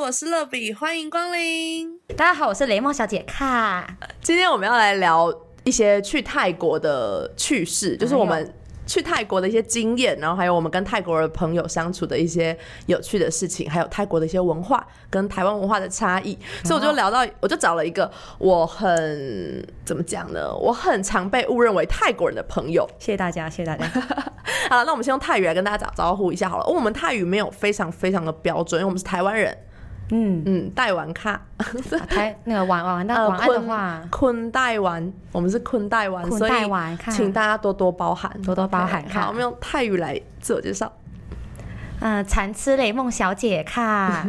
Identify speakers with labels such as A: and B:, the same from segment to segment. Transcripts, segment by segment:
A: 我是乐比，欢迎光临。
B: 大家好，我是雷梦小姐卡。
C: 今天我们要来聊一些去泰国的趣
A: 哎
C: 事，就是我们去泰国的一些经验，然后还有我们跟泰国的朋友相处的一些有趣的事情，还有泰国的一些文化跟台湾文化的差异。
A: 嗯
C: 所以我就聊到，我就找了一个我很怎么讲呢？我很常被误认为泰国人的朋友。
B: 谢谢大家，谢谢大家。
C: 好了，那我们先用泰语来跟大家打招呼一下好了。哦、我们泰语没有非常非常的标准，因为我们是台湾人。
B: 嗯，
C: 嗯，带完卡，
B: 啊台那个晚晚安
C: 呃
B: 到晚安的话，
C: 坤带完，我们是坤带完，
B: 坤
C: 所以
B: 带完看
C: 请大家多多包涵，
B: 多多包涵
C: OK，
B: 看
C: 好，我们用泰语来自我介绍。
B: 嗯，馋吃雷梦小姐卡。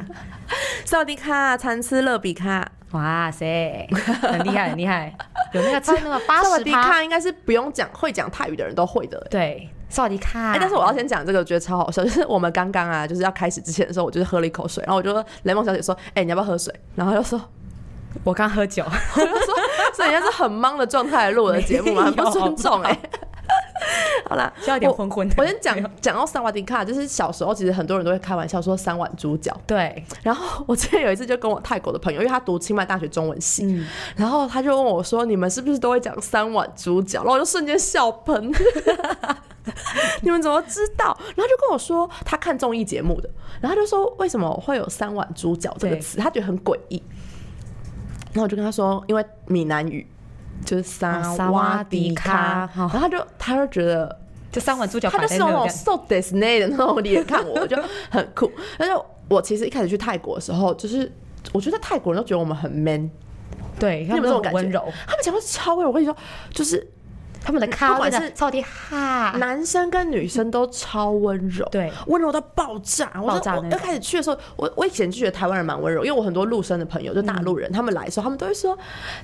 C: 萨瓦迪卡，参差勒比卡，
B: 哇塞，很厉害，很厉 害，有那个超 那个八
C: 萨瓦
B: 十
C: 迪
B: 趴。
C: 卡应该是不用讲，会讲泰语的人都会的、欸。
B: 对，萨瓦迪卡。
C: 哎、但是我要先讲这个，我觉得超好笑。 就是我们刚刚啊，就是要开始之前的时候，我就是喝了一口水，然后我就说雷梦小姐说：“哎、你要不要喝水？” 然后她就说
B: 我刚喝酒，：“
C: 所以人家是很忙的状态来录我的节目 嘛，很不
B: 没有
C: 尊重哎、 好啦，
B: 需要一点昏昏的
C: 我我先讲讲到三瓦迪卡，就是小时候其实很多人都会开玩笑说三碗猪脚，
B: 对，
C: 然后我之前有一次就跟我泰国的朋友，因为他读清迈大学中文系，
B: 嗯
C: 然后他就问我说：“你们是不是都会讲三碗猪脚？”然后我就瞬间笑喷。 你们怎么知道？然后就跟我说他看综艺节目的，然后他就说为什么会有三碗猪脚这个
B: 对
C: 词，他觉得很诡异。然后我就跟他说，因为闽南语就是沙
B: 哦萨
C: 瓦
B: 瓦
C: 迪
B: 迪
C: 卡，
B: 卡
C: 然
B: 哦
C: 后他就他就觉得
B: 就三碗猪脚
C: 他
B: 摆
C: 就
B: 在
C: 是
B: 那
C: 用那种
B: 边。
C: so Disney 的那种脸看我，我就很酷。但是我其实一开始去泰国的时候，就是我觉得泰国人都觉得我们很 man，
B: 对，
C: 你
B: 他
C: 有没
B: 们
C: 有这
B: 都
C: 种
B: 很
C: 感觉？
B: 温柔，
C: 他们讲话超温柔。我跟你说，就是
B: 他们的
C: 不
B: 卡
C: 管
B: 真的
C: 是
B: 萨瓦迪卡。
C: 男生跟女生都超温柔，
B: 啊对
C: 温柔到爆炸。我
B: 爆炸
C: 我
B: 那
C: 一
B: 种
C: 开始去的时候，我我以前就觉得台湾人蛮温柔，因为我很多陆生的朋友，就大
B: 嗯
C: 陆人，他们来的时候，他们都会说，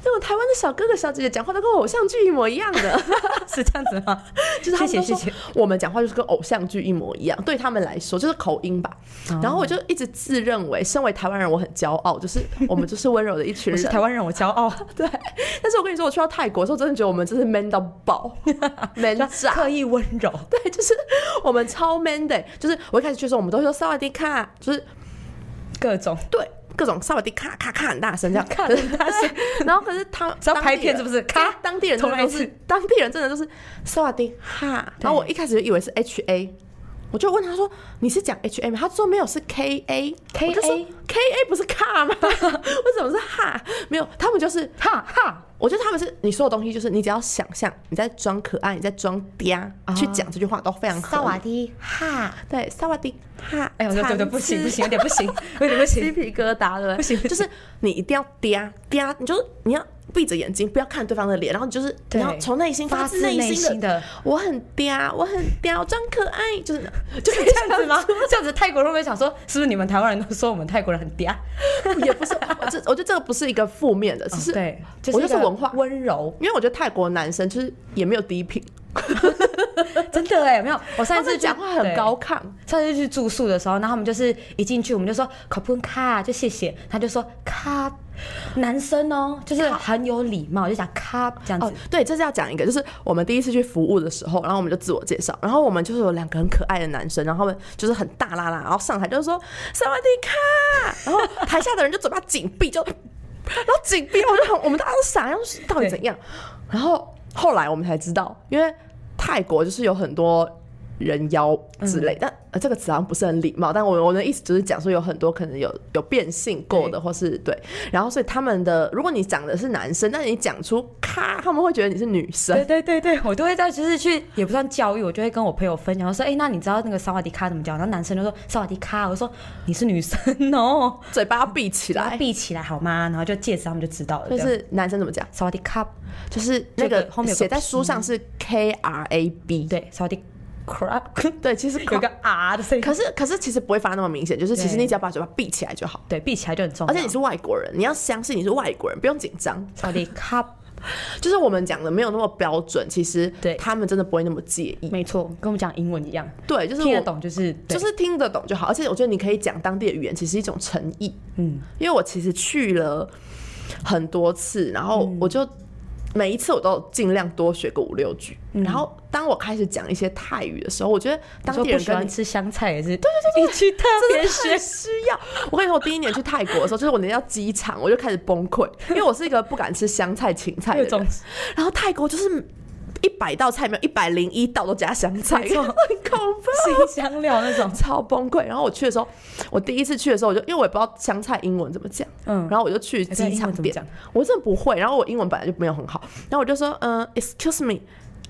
C: 那种台湾的小哥哥小姐姐讲话都跟偶像剧一模一样的。
B: 是这样子吗？
C: 就是他们
B: 谢
C: 都
B: 谢
C: 说
B: 谢谢，
C: 我们讲话就是跟偶像剧一模一样，对他们来说就是口音吧。
B: 哦
C: 然后我就一直自认为，身为台湾人，我很骄傲，就是我们就是温柔的一群
B: 我是
C: 人
B: 台。湾人，我骄傲，
C: 对，但是我跟你说，我去到泰国的时候，真的觉得我们真是 man 到 爆，man 炸。
B: 刻意温柔。
C: 对，就是我们超 man 的、就是我一开始去的时候，我们都会说萨瓦迪卡，就是
B: 各种，
C: 对各种萨瓦迪卡咔咔很大声这样，
B: 咔很大声
C: 然后可是他
B: 是要拍片
C: 当地人哎
B: 是不是咔
C: 当地人真的
B: 重来
C: 都
B: 一次
C: 是当地人真的都是萨瓦迪哈，然后我一开始就以为是 H A。我就问他说：“你是讲 H A 吗？”他说：“没有，是 K A。
B: KA
C: K K A 不是卡 吗？为什么是哈？没有，他们就是，
B: 哈哈，
C: 我觉得他们是你所有东西，就是你只要想象你在装可爱，你在装嗲、
B: 哦
C: 去讲这句话都非常合
B: 萨瓦
C: 理。
B: 迪哈。
C: 对，萨瓦迪哈。
B: 哎呦，对对对，
C: 参
B: 不行
C: 差
B: 不行，有点不行，有点不
C: 鸡
B: 行。
C: 皮疙瘩，对不对？
B: 不行不 行
C: 就是你一定要嗲嗲，你就是你要闭着眼睛，不要看对方的脸，然后你就是你
B: 对
C: 要从内心
B: 发
C: 发
B: 自
C: 自
B: 内
C: 内
B: 心
C: 心
B: 的
C: 的，我很嗲，我很嗲，我装可爱， 就是就是
B: 这样子吗？这样子泰国人会不会想说，是不是你们台湾人都说我们泰国人很嗲？
C: 也不是，我这我觉得这个不是一个负面的，只是
B: 哦对，
C: 我
B: 一
C: 就是
B: 个
C: 文化，
B: 温柔，
C: 因为我觉得泰国男生就是也没有低频，
B: 真的哎，没有。我上
C: 他
B: 一次
C: 们
B: 去
C: 讲话很高，亢，
B: 对上次去住宿的时候，然后他们就是一进去，我们就说卡普卡，就谢谢，他就说卡，男生哦，就是很有礼貌，就讲卡这样
C: 哦
B: 子。，
C: 对，这是要讲一个，就是我们第一次去服务的时候，然后我们就自我介绍，然后我们就是有两个很可爱的男生，然后他们就是很大啦啦，然后上台就是说“萨瓦迪卡”，然后台下的人就嘴巴紧闭，就然后紧闭，我就很，我们大家都傻，然后是到底怎样？然后后来我们才知道，因为泰国就是有很多。人妖之
B: 嗯
C: 类，但呃这个词好像不是很礼貌，但我我的意思就是讲说有很多可能有有变性过的，
B: 对
C: 或是对，然后所以他们的，如果你讲的是男生，但你讲出咔，他们会觉得你是女
B: 对
C: 生。
B: 对对对，我都会在就是去也不算教育，我就会跟我朋友分享，我说哎、那你知道那个萨瓦迪卡怎么讲？然后男生就说萨瓦迪卡，我说你是女生 哦，
C: 嘴巴要闭起
B: 把它
C: 来，
B: 闭起来好吗？然后就戒指他哎们就知道了，
C: 就
B: 这样
C: 是男生怎么讲？
B: 萨瓦迪卡，
C: 就是那个
B: 这个后面有个
C: 写在书上是 K R A B。
B: 对萨瓦迪卡，
C: 对，其实
B: 有个啊的声音，
C: 可是可是其实不会发那么明显，就是其实
B: 对哦
C: 你只要把嘴巴闭起来就好。
B: 对，闭起来就很重要。
C: 而且你是外国人，你要相信你是外国人，不用紧张。
B: 萨瓦迪卡，
C: 就是我们讲的没有那么标准，其实
B: 对
C: 他们真的不会那么介意。
B: 没错，跟我们讲英文一样，
C: 对，就是
B: 听得
C: 我
B: 懂就是
C: 就
B: 对
C: 是听得懂就好。而且我觉得你可以讲当地的语言，其实是一种诚意。嗯，因为我其实去了
B: 嗯嗯
C: 很多次，然后我就、每一次我都尽量多学个五六句，然后当我开始讲一些泰语的时候，我觉得当
B: 说
C: 地
B: 不
C: 人
B: 喜
C: 跟
B: 欢
C: 你
B: 吃香菜也是，对对对，一句特别
C: 真的太需要。 我跟你说，我第一年去泰国的时候，就是我那到机场，我就开始崩溃，因为我是一个不敢吃香菜、芹菜的
B: 有种
C: 人。然后泰国就是一百道菜里面，一百零一道都加香菜，
B: 没
C: 很
B: 错
C: 恐怖。，
B: 新香料那种
C: 超崩溃。然后我去的时候，我第一次去的时候，我就因为我也不知道香菜英文怎么讲，
B: 嗯
C: 然后我就去
B: 哎对
C: 机
B: 英
C: 场
B: 文怎么
C: 点
B: 讲，
C: 我真的不会。然后我英文本来就没有很好，然后我就说，嗯、e x c u s e me，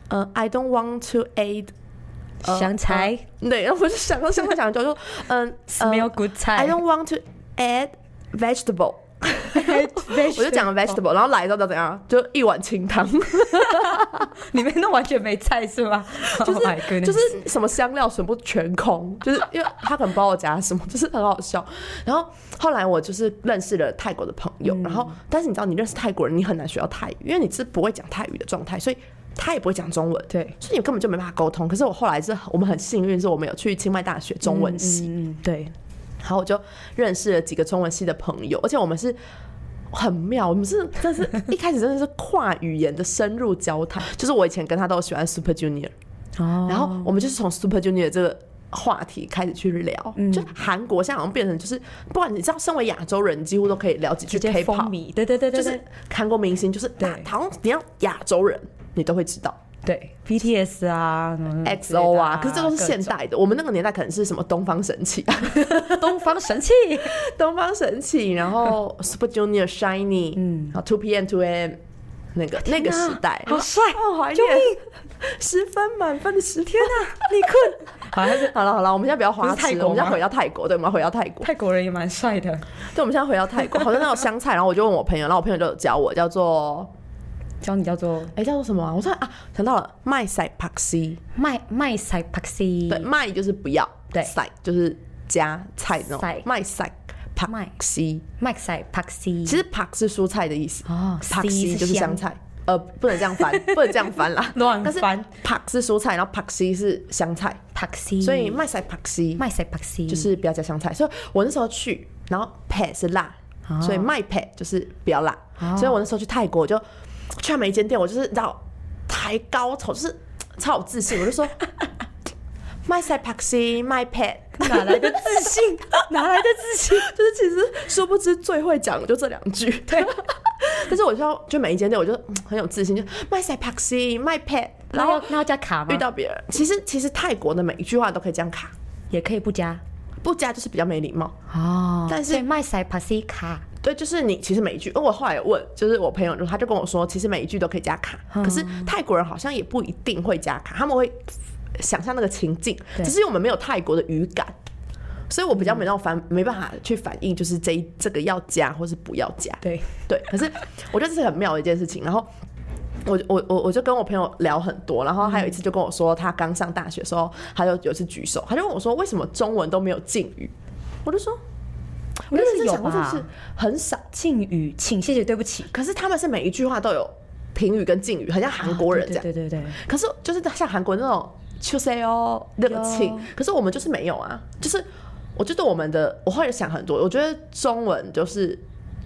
C: 嗯、i don't want to eat，呃
B: 香菜
C: 对，然后我就想到香菜讲就说，嗯、呃
B: ，smell good 菜
C: I don't want to add vegetable。我就 讲 vegetable，、然后来到就怎样，就一碗清汤，
B: 里面那完全没菜是吗？
C: 就
B: Oh my
C: 是
B: goodness
C: 就是什么香料全部全空，就是因为他可能不知道我加什么，就是很好笑。然后后来我就是认识了泰国的朋友，然
B: 嗯
C: 后但是你知道，你认识泰国人，你很难学到泰语，因为你是不会讲泰语的状态，所以。他也不会讲中文，
B: 对
C: 所以你根本就没办法沟通。可是我后来是我们很幸运，是我们有去清迈大学中文系，
B: 嗯，嗯对，
C: 然后我就认识了几个中文系的朋友，而且我们是很妙，我们是真的是一开始真的是跨语言的深入交谈。就是我以前跟他都有喜欢 Super Junior，
B: 哦，
C: 然后我们就是从 Super Junior 这个。话题开始去聊，
B: 嗯
C: 就韩国现在好像变成就是，不管你知道，身为亚洲人，你几乎都可以聊几句
B: 直接风
C: K-pop，
B: 靡，对对对
C: 就
B: 对
C: 是
B: 对
C: 韩国明星，就是大
B: 对
C: 好像你要亚洲人，你都会知道。
B: 对，BTS 啊什么
C: XO 啊，
B: 之
C: 可是
B: 类的
C: 这都是
B: 各
C: 现
B: 种
C: 代的，我们那个年代可能是什么东方神起啊，
B: 东方神器，
C: 东方神起，然后 Super Junior、Shiny，嗯，然后 Two PM、Two AM 那个那个时代，
B: 好帅
C: 哦，怀
B: 救
C: 念
B: 命！
C: 十分满分的十天呐！
B: 你困，好像是
C: 好了好了，我们现在不要
B: 不
C: 花
B: 是泰
C: 痴了，
B: 国
C: 我们现在
B: 吗
C: 回到泰国，对，我们要回到泰国。
B: 泰国人也蛮帅的，
C: 对，我们现在回到泰国，好像那种香菜，然后我就问我朋友，然后我朋友就有教我叫做，
B: 教你叫做
C: 哎、叫做什么、啊？我突然啊想到了，麦塞帕西，
B: 麦麦塞帕西，
C: 对，麦就是不要，
B: 对
C: 塞就是加菜那种
B: 塞，
C: 麦塞帕
B: 麦
C: 西，
B: 麦塞帕西，
C: 其实帕是蔬菜的意思，
B: 哦
C: 帕西
B: 西
C: 就是
B: 是香
C: 香菜。呃，不能这样翻，不 能这样翻啦，
B: 乱
C: 但是
B: 翻
C: 帕是蔬菜，然后帕西是香菜，
B: 帕西，
C: 所以麦塞帕西
B: 麦塞帕西
C: 就是不要加香菜。所以我那时候去，然后 p 是辣，
B: 哦
C: 所以麦 p 就是不要辣。所以我那时候去泰国，我就去他们一间店，我就是你知道抬高头，就是超有自信，我就 说麦塞帕西麦 p
B: 哪来的自信？ 哪来的自信？
C: 就是其实殊不知最会讲的就这两 句。对。 但是我就要就每一间店，我就嗯很有自信，就麦塞帕西麦 p 然
B: 然
C: 后
B: 后那要加卡吗？
C: 遇到别人，其实其实泰国的每一句话都可以这样卡，
B: 也可以不加
C: 不加就是比较没礼貌。
B: 哦
C: 但是
B: 所以麦塞帕西卡
C: 对，就是你其实每一句，因为哦我后来有问，就是我朋友就他就跟我说，其实每一句都可以加卡，可是
B: 嗯
C: 泰国人好像也不一定会加卡，他们会想象那个情境，
B: 对
C: 只是因为我们没有泰国的语感，所以我比较没那反、没办法去反应，就是这一这个要加或是不要加。
B: 对，
C: 对，可是我觉得这是很妙的一件事情。然后我我我我就跟我朋友聊很多，然后还有一次就跟我说，他刚上大学的时候，他就有一次举手，他就问我说，为什么中文都没有敬语？我就说，我就
B: 应该是
C: 是
B: 有
C: 想过，是不
B: 吧
C: 是很少？
B: 敬语，请谢谢对不起。
C: 可是他们是每一句话都有评语跟敬语，很像韩国人这样。
B: 啊对对对对，
C: 可是就是像韩国那种 “to say 哦”那个
B: 有
C: 情，可是我们就是没有啊。就是我觉得我们的，我后来想很多，我觉得中文就是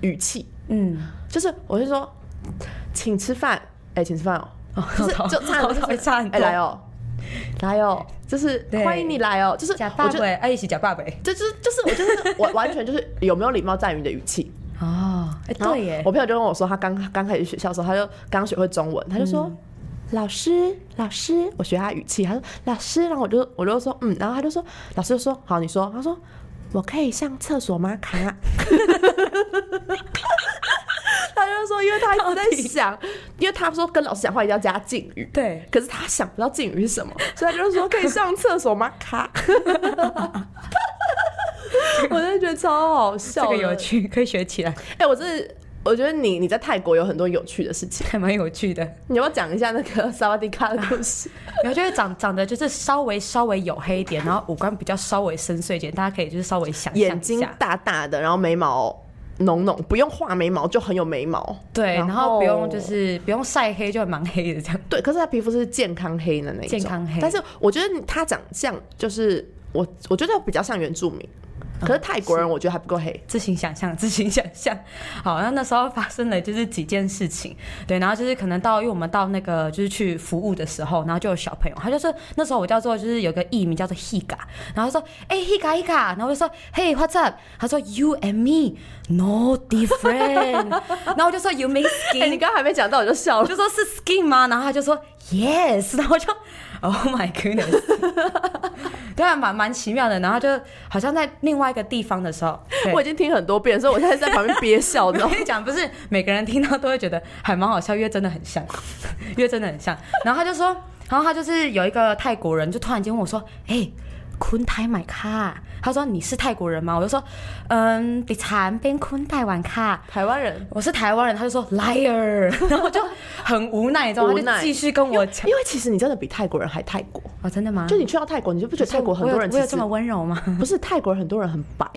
C: 语气，
B: 嗯，
C: 就是我是说，请吃饭，哎、请吃饭哦，就是
B: 好
C: 就差
B: 好
C: 就是
B: 好差很
C: 哎、
B: 多
C: 来哦，来哦，就是
B: 对
C: 欢迎你来哦，就是
B: 假
C: 我
B: 爸
C: 觉
B: 爸，
C: 得。
B: 哎，一起假爸爸。
C: 这就是就是我就是我完全就是有没有礼貌在于你的语气。
B: 哦，哎，
C: 然后
B: 对耶
C: 我，朋友就跟我说，他刚刚开始学校的时候，他就刚学会中文，他就说。
B: 嗯
C: 老师，老师，我学他语气，他说老师，然后我就我就说嗯，然后他就说老师就说好，你说，他说我可以上厕所吗？卡， 他就说，因为他一直在想，因为他说跟老师讲话一定要加敬语，
B: 对
C: 可是他想不到敬语是什么，所以他就说可以上厕所吗？ 卡， 我真的觉得超好笑
B: 这
C: 的，
B: 个有趣， 可以学起来，
C: 哎、我真的，我觉得你你在泰国有很多有趣的事情，
B: 还蛮有趣的。
C: 你要不要讲一下那个 萨瓦迪卡的故 事？
B: 然后就是长长得就是稍微稍微黝黑一点，然后五官比较稍微深邃一点，大家可以就是稍微想象
C: 眼
B: 一
C: 睛
B: 下
C: 大大的，然后眉毛浓浓，不用画眉毛就很有眉毛。
B: 对，
C: 然
B: 然后不用就是不用晒黑，就蛮黑的这样。
C: 对，可是他皮肤是健康黑的那一种，
B: 健康黑
C: 但是我觉得他长相就是我，我觉得比较像原住民。
B: 嗯
C: 可是泰国人我觉得还不够黑。
B: 自行想象，自行想象。 好，那那时候发生了就是几件事情，对，然后就是可能到，因为我们到那个就是去服务的时候，然后就有小朋友，他就说那时候我叫做就是有个艺名叫做 Higa，然后他说哎、Higa Higa，然后我就说 Hey what's up？他说 You and me no different，然后 我就说 You make
C: 哎、
B: skin，
C: 你刚刚还没讲到我就笑
B: 我
C: 了。
B: 就说是 skin 吗？然后他就说 yes，然后我 就 oh my goodness，对啊，蛮蛮奇妙的。然后就好像在另外一个地方的时候，对
C: 我已经听很多遍，所以我现在在旁边憋笑，你知道
B: 我
C: 吗
B: 跟你讲，不是每个人听到都会觉得还蛮好笑，因为真的很像， 因为真的很像。然后他就说，然后他就是有一个泰国人，就突然间问我说：“哎、坤泰买卡？”他说：“你是泰国人吗？”我就说：“嗯，比产边坤泰玩卡。”
C: 台湾人。
B: 我是台湾人，他就说 liar，然后 我就很无奈，你知道吗？
C: 无
B: 他
C: 奈
B: 就继续跟我讲
C: 因为其实你真的比泰国人还泰国，
B: 哦，真的吗？
C: 就你去到泰国，你就不觉得泰国很多人
B: 我有我
C: 其
B: 有这
C: 实
B: 么温柔吗？
C: 不是泰国人很多人很白，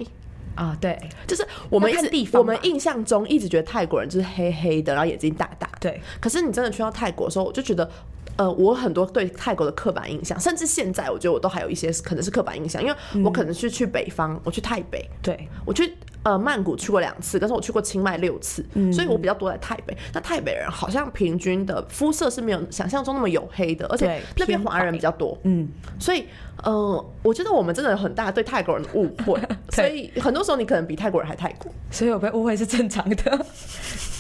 B: 啊、对
C: 就是我们一
B: 要看地
C: 直
B: 方
C: 我
B: 吧
C: 们印象中一直觉得泰国人就是黑黑的，然后眼睛大大的。
B: 对，
C: 可是你真的去到泰国的时候，我就觉得，呃，我很多对泰国的刻板印象，甚至现在我觉得我都还有一些可能是刻板印象，因
B: 嗯
C: 为我可能是去北方，我去泰北，
B: 对，
C: 我去呃曼谷去过两次，但是我去过清迈六次，
B: 嗯
C: 所以我比较多在泰北。那泰北人好像平均的肤色是没有想象中那么黝黑的，而且
B: 对
C: 那边
B: 偏
C: 华人
B: 白
C: 比较多，
B: 嗯，
C: 所以呃，我觉得我们真的有很大对泰国人的误会，所以很多时候你可能比泰国人还泰国。
B: 所以我被误会是正常的。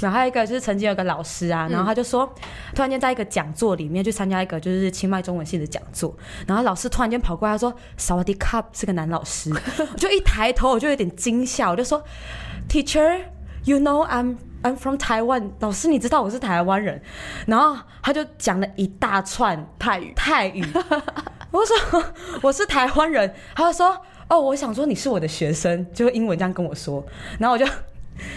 B: 然后还有一个就是曾经有个老师啊，然后他就说，突然间在一个讲座里面去参加一个就是清迈中文系的讲座，然后老师突然间跑过来说萨瓦迪卡是个男老师， 我就一抬头我就有点惊吓，我就说 Teacher, you know I'm I'm from Taiwan，老师你知道我是台湾人，然后他就讲了一大串
C: 泰语，
B: 泰语，我说我是台湾人，他就说哦，我想说你是我的学生，就用英文这样跟我说，然后我就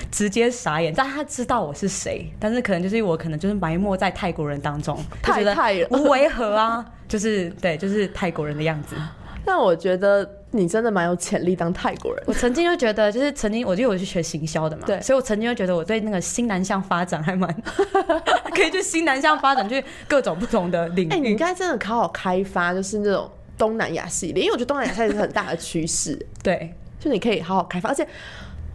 B: 直接傻眼，但他知道我是谁，但是可能就是我可能就是埋没在泰国人当中，就觉得
C: 太泰了
B: 无违和啊， 就是对，就是泰国人的样子。
C: 但我觉得你真的蛮有潜力当泰国人。
B: 我曾经就觉得，就是曾经我就有去学行销的嘛，
C: 对
B: 所以我曾经就觉得我对那个新南向发展还蛮 可以去新南向发展，去各种不同的领域。
C: 哎、你应该真的好好开发，就是那种东南亚系列，因为我觉得东南亚系列是很大的趋势，
B: 对，
C: 就你可以好好开发，而且。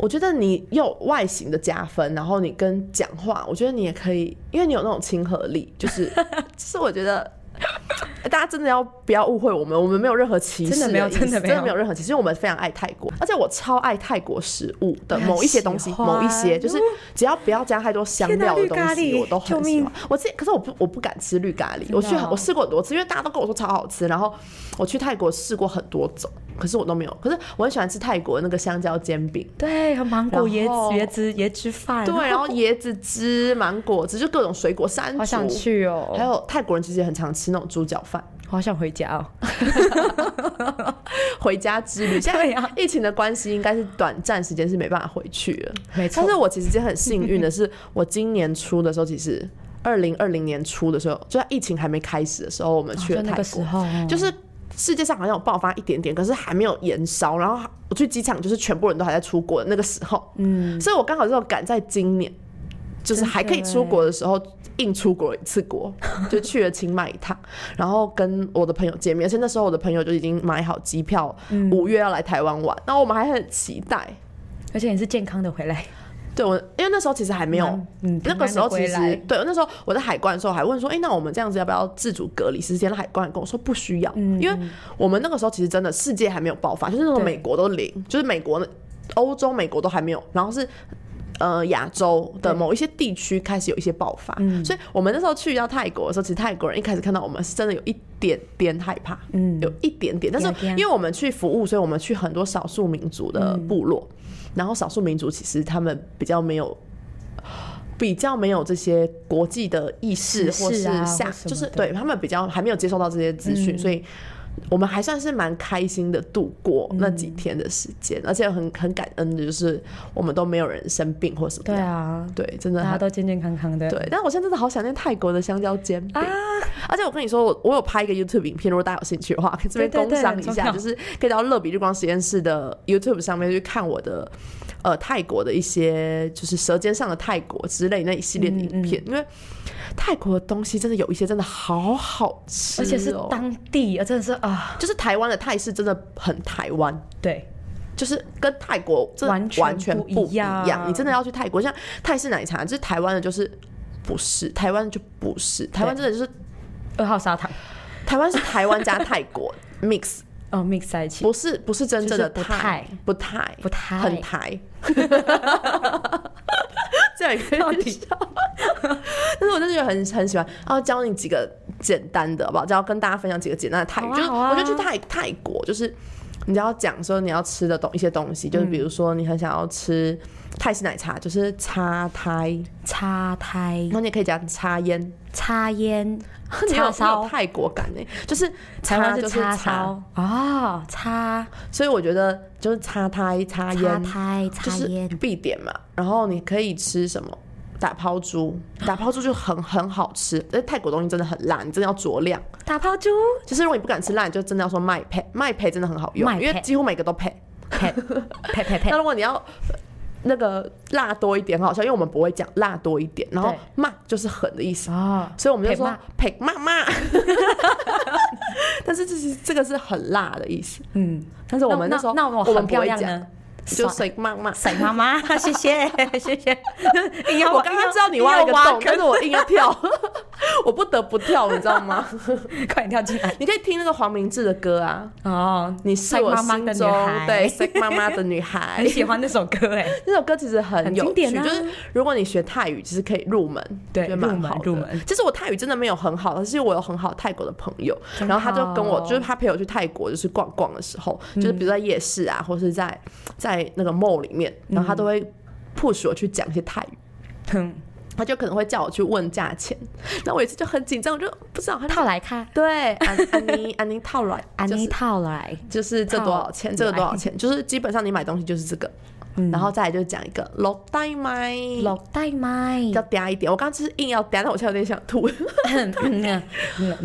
C: 我觉得你有外形的加分，然后你跟讲话，我觉得你也可以，因为你有那种亲和 力，就是就是我觉得 大家真的要不要误会我们，我们没有任何歧视
B: 真的没有
C: 意思
B: 真的没有
C: 真的没有任何歧视，因为我们非常爱泰国，而且我超爱泰国食物的某一些东西，
B: 我很啊
C: 某
B: 喜欢哦
C: 一些就是只要不要加太多香料的东
B: 天哪绿
C: 西，
B: 咖喱
C: 我都很
B: 救
C: 喜
B: 命
C: 欢。 我自己可是我不我不敢吃绿咖喱，我去
B: 真的哦
C: 我试过很多次，因为大家都跟我说超好吃，然后我去泰国试过很多种，可是我都没有。可是我很喜欢吃泰国那个香蕉煎饼，
B: 对，和芒果椰
C: 然后
B: 子、椰子、椰汁饭，
C: 对，然后椰子汁、芒果汁，就各种水果山竹。
B: 好想去哦，
C: 还有泰国人其实也很常吃那种猪脚饭，
B: 好想回家哦。
C: 回家之旅。现
B: 对
C: 在
B: 啊
C: 疫情的关系，应该是短暂时间是没办法回去了。
B: 没
C: 但是我其实今天很幸运的是，我今年初的时候，其实二零二零年初的时候，就在疫情还没开始的时候，我们去了
B: 哦就
C: 泰国。
B: 那个时候，哦
C: 就是世界上好像有爆发一点点，可是还没有延烧。然后我去机场，就是全部人都还在出国的那个时候，嗯，所以我刚好就赶在今年，就是还可以出国的时候，硬出国一次国，就去了清迈一趟，然后跟我的朋友见面。而且那时候我的朋友就已经买好机票，五、月要来台湾玩，然后我们还很期待。
B: 而且你是健康的回来，
C: 对我，因为那时候其实还没有，
B: 嗯嗯
C: 那个时候其
B: 平
C: 实
B: 安地回来
C: 对，那时候我在海关的时候还问说，哎、那我们这样子要不要自主隔离十四天？那海关也跟我说不需要，因为我们那个时候其实真的世界还没有爆发，就是那种
B: 嗯对
C: 美国都零，就是美国、欧洲、美国都还没有，然后是。呃，亚洲的某一些地区开始有一些爆发，
B: 嗯
C: 所以我们那时候去到泰国的时候，其实泰国人一开始看到我们是真的有一点点害怕，嗯，有一点点，但是
B: 有一点
C: 因为我们去服务，所以我们去很多少数民族的部落，
B: 嗯
C: 然后少数民族其实他们比较没有。比较没有这些国际的意识，
B: 时事
C: 或是
B: 啊
C: 下，
B: 或什么
C: 就是
B: 的嗯
C: 对他们比较还没有接受到这些资讯，所以我们还算是蛮开心的度过那几天的时间，
B: 嗯
C: 而且很很感恩的就是我们都没有人生病或什么
B: 对
C: 的，
B: 啊，
C: 对，真的
B: 大
C: 还
B: 家都健健康康的，
C: 对，但我现在真的好想念泰国的香蕉煎
B: 啊
C: 饼、而且我跟你说，我我有拍一个 YouTube 影片，如果大家有兴趣的话，可以这边
B: 对对
C: 工
B: 对
C: 商
B: 很
C: 一
B: 重
C: 下，
B: 要
C: 就是可以到乐比日光实验室的 YouTube 上面去看我的呃泰国的一些就是舌尖上的泰国之类那一系列的
B: 嗯
C: 影片，因为泰国的东西真的有一些真的好好吃、哦，
B: 而且是当地，呃，真的是啊，
C: 就是台湾的泰式真的很台湾，
B: 对，
C: 就是跟泰国真的
B: 完全
C: 完全
B: 不一
C: 不一
B: 样
C: 你真的要去泰国，像泰式奶茶，就是台湾的，就是不是台湾的就不是，台湾真的就是
B: 二号砂糖
C: 台湾是台湾加泰国 mix，
B: 哦，mix 在一起，
C: 不是不是真正的
B: 就是不
C: 泰
B: 泰，
C: 不太
B: 不太
C: 很 台。这样也可
B: 到
C: 以
B: 底
C: 笑， 但是我真的觉得很很喜欢。然后教你几个简单的，好不好？就要跟大家分享几个简单的泰语，
B: 好啊
C: 就是
B: 好啊
C: 我就去泰泰国，就是你只要讲说你要吃的东一些东西，就是比如
B: 嗯
C: 说你很想要吃泰式奶茶，就是茶胎，
B: 插胎
C: 然、后你也可以讲茶烟，
B: 插 烟
C: 你有
B: 叉
C: 你有
B: 烧，
C: 泰国感呢、就是
B: 台湾
C: 茶就是
B: 叉
C: 茶，
B: 烧哦，叉
C: 所以我觉得就是茶胎茶
B: 插
C: 烟
B: 胎
C: 就
B: 插
C: 是
B: 烟，
C: 必点嘛。然后你可以吃什么？打抛猪，打抛猪就很很好吃。但是泰国东西真的很辣，你真的要酌量。
B: 打抛猪，
C: 就是如果你不敢吃辣，你就真的要说麦配，麦配真的很好用，
B: 麦配
C: 因为几乎每个都配。
B: 呸呸呸
C: 那
B: 呸，
C: 如果你要呃那个辣多一点，很好笑，因为我们不会讲辣多一点，然后
B: 对
C: 骂就是狠的意思，
B: 哦，
C: 所以我们就说
B: 配
C: 配骂骂。 但是这是这个是很辣的意思，
B: 嗯，
C: 但是我们
B: 那
C: 时候
B: 那
C: 我
B: 我
C: 们
B: 很
C: 不
B: 漂
C: 会
B: 亮
C: 讲，
B: 呢，
C: 就
B: 算
C: 随骂骂。
B: 沈妈妈， 谢谢谢谢。 硬要
C: 我刚刚知道你挖了一个洞，但是我硬要跳， 我不得不跳，你知道吗？
B: 快点跳进来。
C: 你可以听那个黄明志的歌啊，
B: 哦，
C: 你是
B: 蔡
C: 我
B: 妈
C: 心
B: 妈
C: 中
B: 的女孩，
C: 对 sick 妈妈的女孩
B: 很。喜欢那首歌哎。
C: 那首歌其实很
B: 很
C: 有
B: 经
C: 趣，
B: 典啊
C: 就是如果你学泰语，其实可以入门，
B: 对
C: 觉得蛮
B: 入门
C: 好的
B: 入门
C: 其实我泰语真的没有很好，但是我有很好的泰国的朋友，
B: 真
C: 然后他就跟我，
B: 好
C: 就是他陪我去泰国，就是逛逛的时候，
B: 嗯
C: 就是比如在夜市啊，或是在在那个 mall 里面，然后他都会
B: 嗯
C: push 我去讲一些泰语，
B: 哼，
C: 他就可能会叫我去问价钱， 那我有一次就很紧张，我就不知道他就
B: 套来看，
C: 对，安安妮安妮套来，
B: 安
C: 就是
B: 妮套来，
C: 就是这多少钱，
B: 套嗯
C: 这个多少钱， 就是基本上你买东西就是这个，然后再来就讲一个老袋买，
B: 落袋麦，
C: 要嗲一点。我刚刚就是硬要嗲，但我现在有点想吐。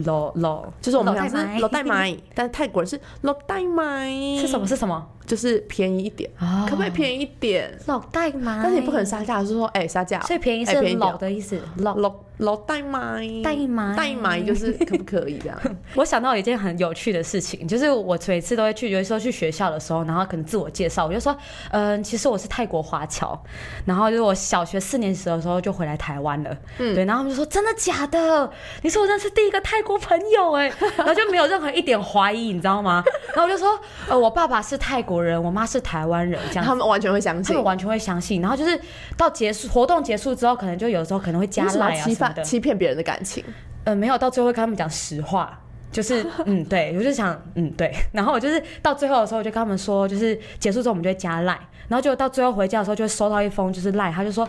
B: 落落
C: 就是我们俩
B: 老袋
C: 是
B: 麦
C: 老袋 买，但是泰国人是老袋买，
B: 是什么？？是什么？
C: 就是便宜一点，
B: 哦
C: 可不可以便宜一点？
B: 落袋麦，
C: 但是你不可能杀价，就是说哎杀价哦，
B: 所以便宜
C: 哎
B: 是
C: 便宜一点
B: 老
C: 哦
B: 的意思，老。
C: 老老袋买，
B: 袋买
C: 袋买就是可不可以这样？
B: 我想到一件很有趣的事情，就是我每次都会去，有的时候去学校的时候，然后可能自我介绍，我就说，嗯，其实我是泰国华侨，然后就是我小学四年级的时候就回来台湾了，
C: 嗯
B: 对，然后他们就说真的假的？你是我认识第一个泰国朋友哎、然后就没有任何一点怀疑，你知道吗？ 然后我就说，呃，我爸爸是泰国人，我妈是台湾人，这样子
C: 他们完全会相
B: 他
C: 信
B: 们。完全会相信。然后就是到结束活动结束之后，可能就有时候可能会加
C: 为什么
B: 赖
C: 要
B: 啊
C: 欺
B: 什么
C: 骗
B: 的。
C: 欺骗别人的感情？
B: 呃，没有，到最后会跟他们讲实话。就是，嗯，对，我就想，嗯，对，然后我就是到最后的时候，我就跟他们说，就是结束之后我们就会加赖，然后就到最后回家的时候就会收到一封就是赖，他就说，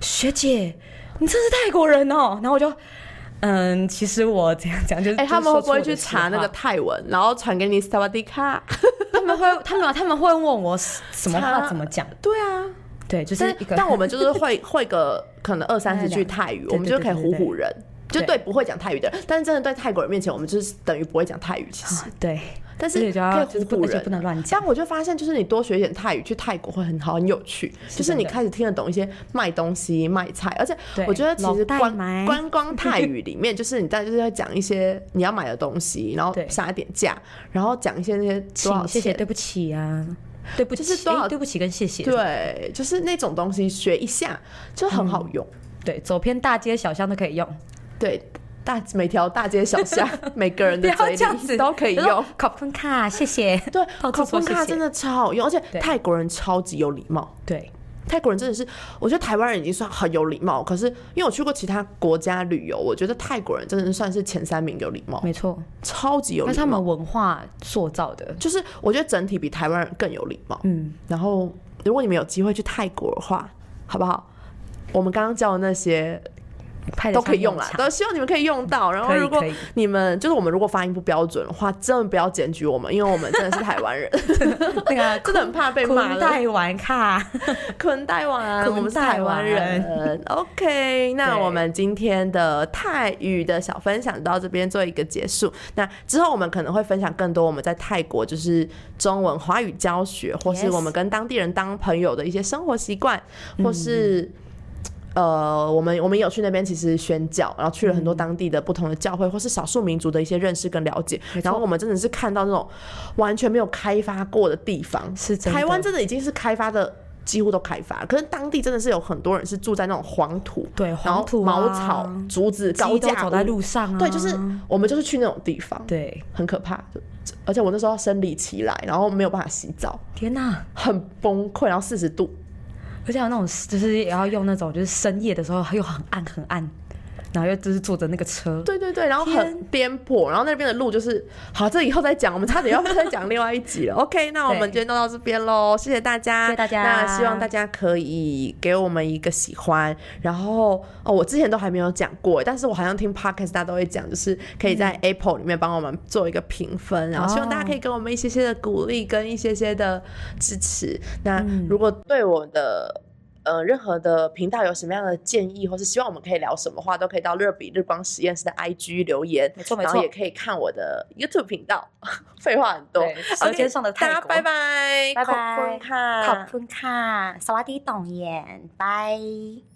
B: 学姐，你真是泰国人哦，然后我就，嗯，其实我怎样讲就是，
C: 哎、
B: 就是
C: 他们会
B: 说
C: 不
B: 出我
C: 会
B: 的
C: 去
B: 实
C: 查那
B: 话
C: 个泰文，然后传给你萨瓦迪卡？
B: 他们会，他们他们会问我什么话怎么讲，
C: 对啊，
B: 对，就是
C: 但
B: 一个，
C: 但我们就是会 会个可能二三十句泰语，
B: 对
C: 我们就可以唬
B: 对对对
C: 唬人。就
B: 对
C: 对不会讲泰语的人，但是真的在泰国人面前，我们就是等于不会讲泰语，其实，
B: 对，
C: 但是可
B: 而且
C: 以
B: 就要
C: 唬
B: 就是不
C: 唬
B: 而且
C: 人。啊
B: 不能乱讲
C: 但我就发现，就是你多学一点泰语，去泰国会很好，很有趣。就是你
B: 真的
C: 开始听得懂一些卖东西、卖菜，而且
B: 对
C: 我觉得其
B: 老
C: 实
B: 代
C: 观
B: 买
C: 观光泰语里面，就是你在就是在讲一些你要买的东西，然后
B: 对
C: 杀一点价，然后讲一些那些多少
B: 请谢谢，
C: 钱，
B: 对不起啊，对不起，
C: 就是多少
B: 诶对不起跟谢谢，
C: 对，啊就是那种东西学一下就很好用。
B: 对，走遍大街小巷都可以用，
C: 对，大每条大街小 巷，每个人
B: 不
C: 的
B: 要
C: 嘴
B: 这样子
C: 里都可以
B: 就说
C: 用。
B: 考坤卡，谢谢。
C: 对，
B: 到
C: 口
B: 处
C: 红
B: 说谢
C: 卡
B: 谢
C: 真的超好用，而且
B: 对
C: 泰国人超级有礼貌。
B: 对，
C: 泰国人真的是，我觉得台湾人已经算很有礼貌，可是因为我去过其他国家旅游，我觉得泰国人真的是算是前三名有礼貌，
B: 没错，
C: 超级有
B: 嗯那
C: 礼
B: 是他
C: 貌。
B: 们文化塑造的。
C: 就是我觉得整体比台湾人更有礼貌。
B: 嗯，
C: 然后，如果你们有机会去泰国的话，好不好？我们刚刚教的那些
B: 派得
C: 都
B: 上
C: 可以用啦
B: 场，
C: 都希望你们可以用到。然后
B: 可以
C: 如果
B: 可以
C: 你们就是我们如果发音不标准的话，真的不要检举我们，因为我们真的是台湾 人，
B: 那 个
C: 真的很怕被骂
B: 坤
C: 了。
B: 带玩卡，
C: 坤台湾，
B: 坤
C: 啊我们是台湾人。OK，那
B: 对
C: 我们今天的泰语的小分享到这边做一个结束。那之后我们可能会分享更多我们在泰国就是中文华语教学，或是
B: Yes 嗯
C: 我们跟当地人当朋友的一些生活习惯，或是。呃，我们我们也有去那边其实宣教，然后去了很多当地的不同的教会、或是少数民族的一些认识跟了解，然后我们真的是看到那种完全没有开发过的地方，
B: 是真的
C: 台湾真的已经是开发的。几乎都开发了，可是当地真的是有很多人是住在那种黄土，
B: 对
C: 然后
B: 黄土啊
C: 茅草、竹子、高
B: 鸡都
C: 架
B: 走在
C: 屋
B: 路上啊，
C: 对，就是我们就是去那种地方，，
B: 对，
C: 很可怕。就而且我那时候生理期来，然后没有办法洗澡，
B: 天哪！
C: 很崩溃，然后四十度，
B: 而且还有那种就是也要用那种就是深夜的时候又很暗很暗，然后又就是坐着那个车，
C: 对对对，然后
B: 天
C: 很颠簸，然后那边的路就是，好，这以后再讲，我们差点要 再讲另外一集了。OK，那我们今
B: 对
C: 天就到这边喽，谢谢大家，
B: 谢谢大家
C: 那希望大家可以给我们一个喜欢，然后哦，我之前都还没有讲过，但是我好像听 podcast 大家都会讲，就是可以
B: 嗯
C: 在 Apple 里面帮我们做一个评分，然后希望大家可以
B: 哦
C: 给我们一些些的鼓励跟一些些的支持。那
B: 嗯
C: 如果对我的呃，任何的频道有什么样的建议，或是希望我们可以聊什么话，都可以到热比日光实验室的 IG 留言，
B: 没错没
C: 然后
B: 错
C: 也，可以看我的 YouTube 频道。 废话很多
B: 对，舌
C: OK，
B: 尖上的泰
C: 大家
B: 国
C: 拜拜，
D: 拜
C: 口
D: 拜
C: 坤看
D: ขอบคุณค่ะ สวัสดีต่องเหยนบาย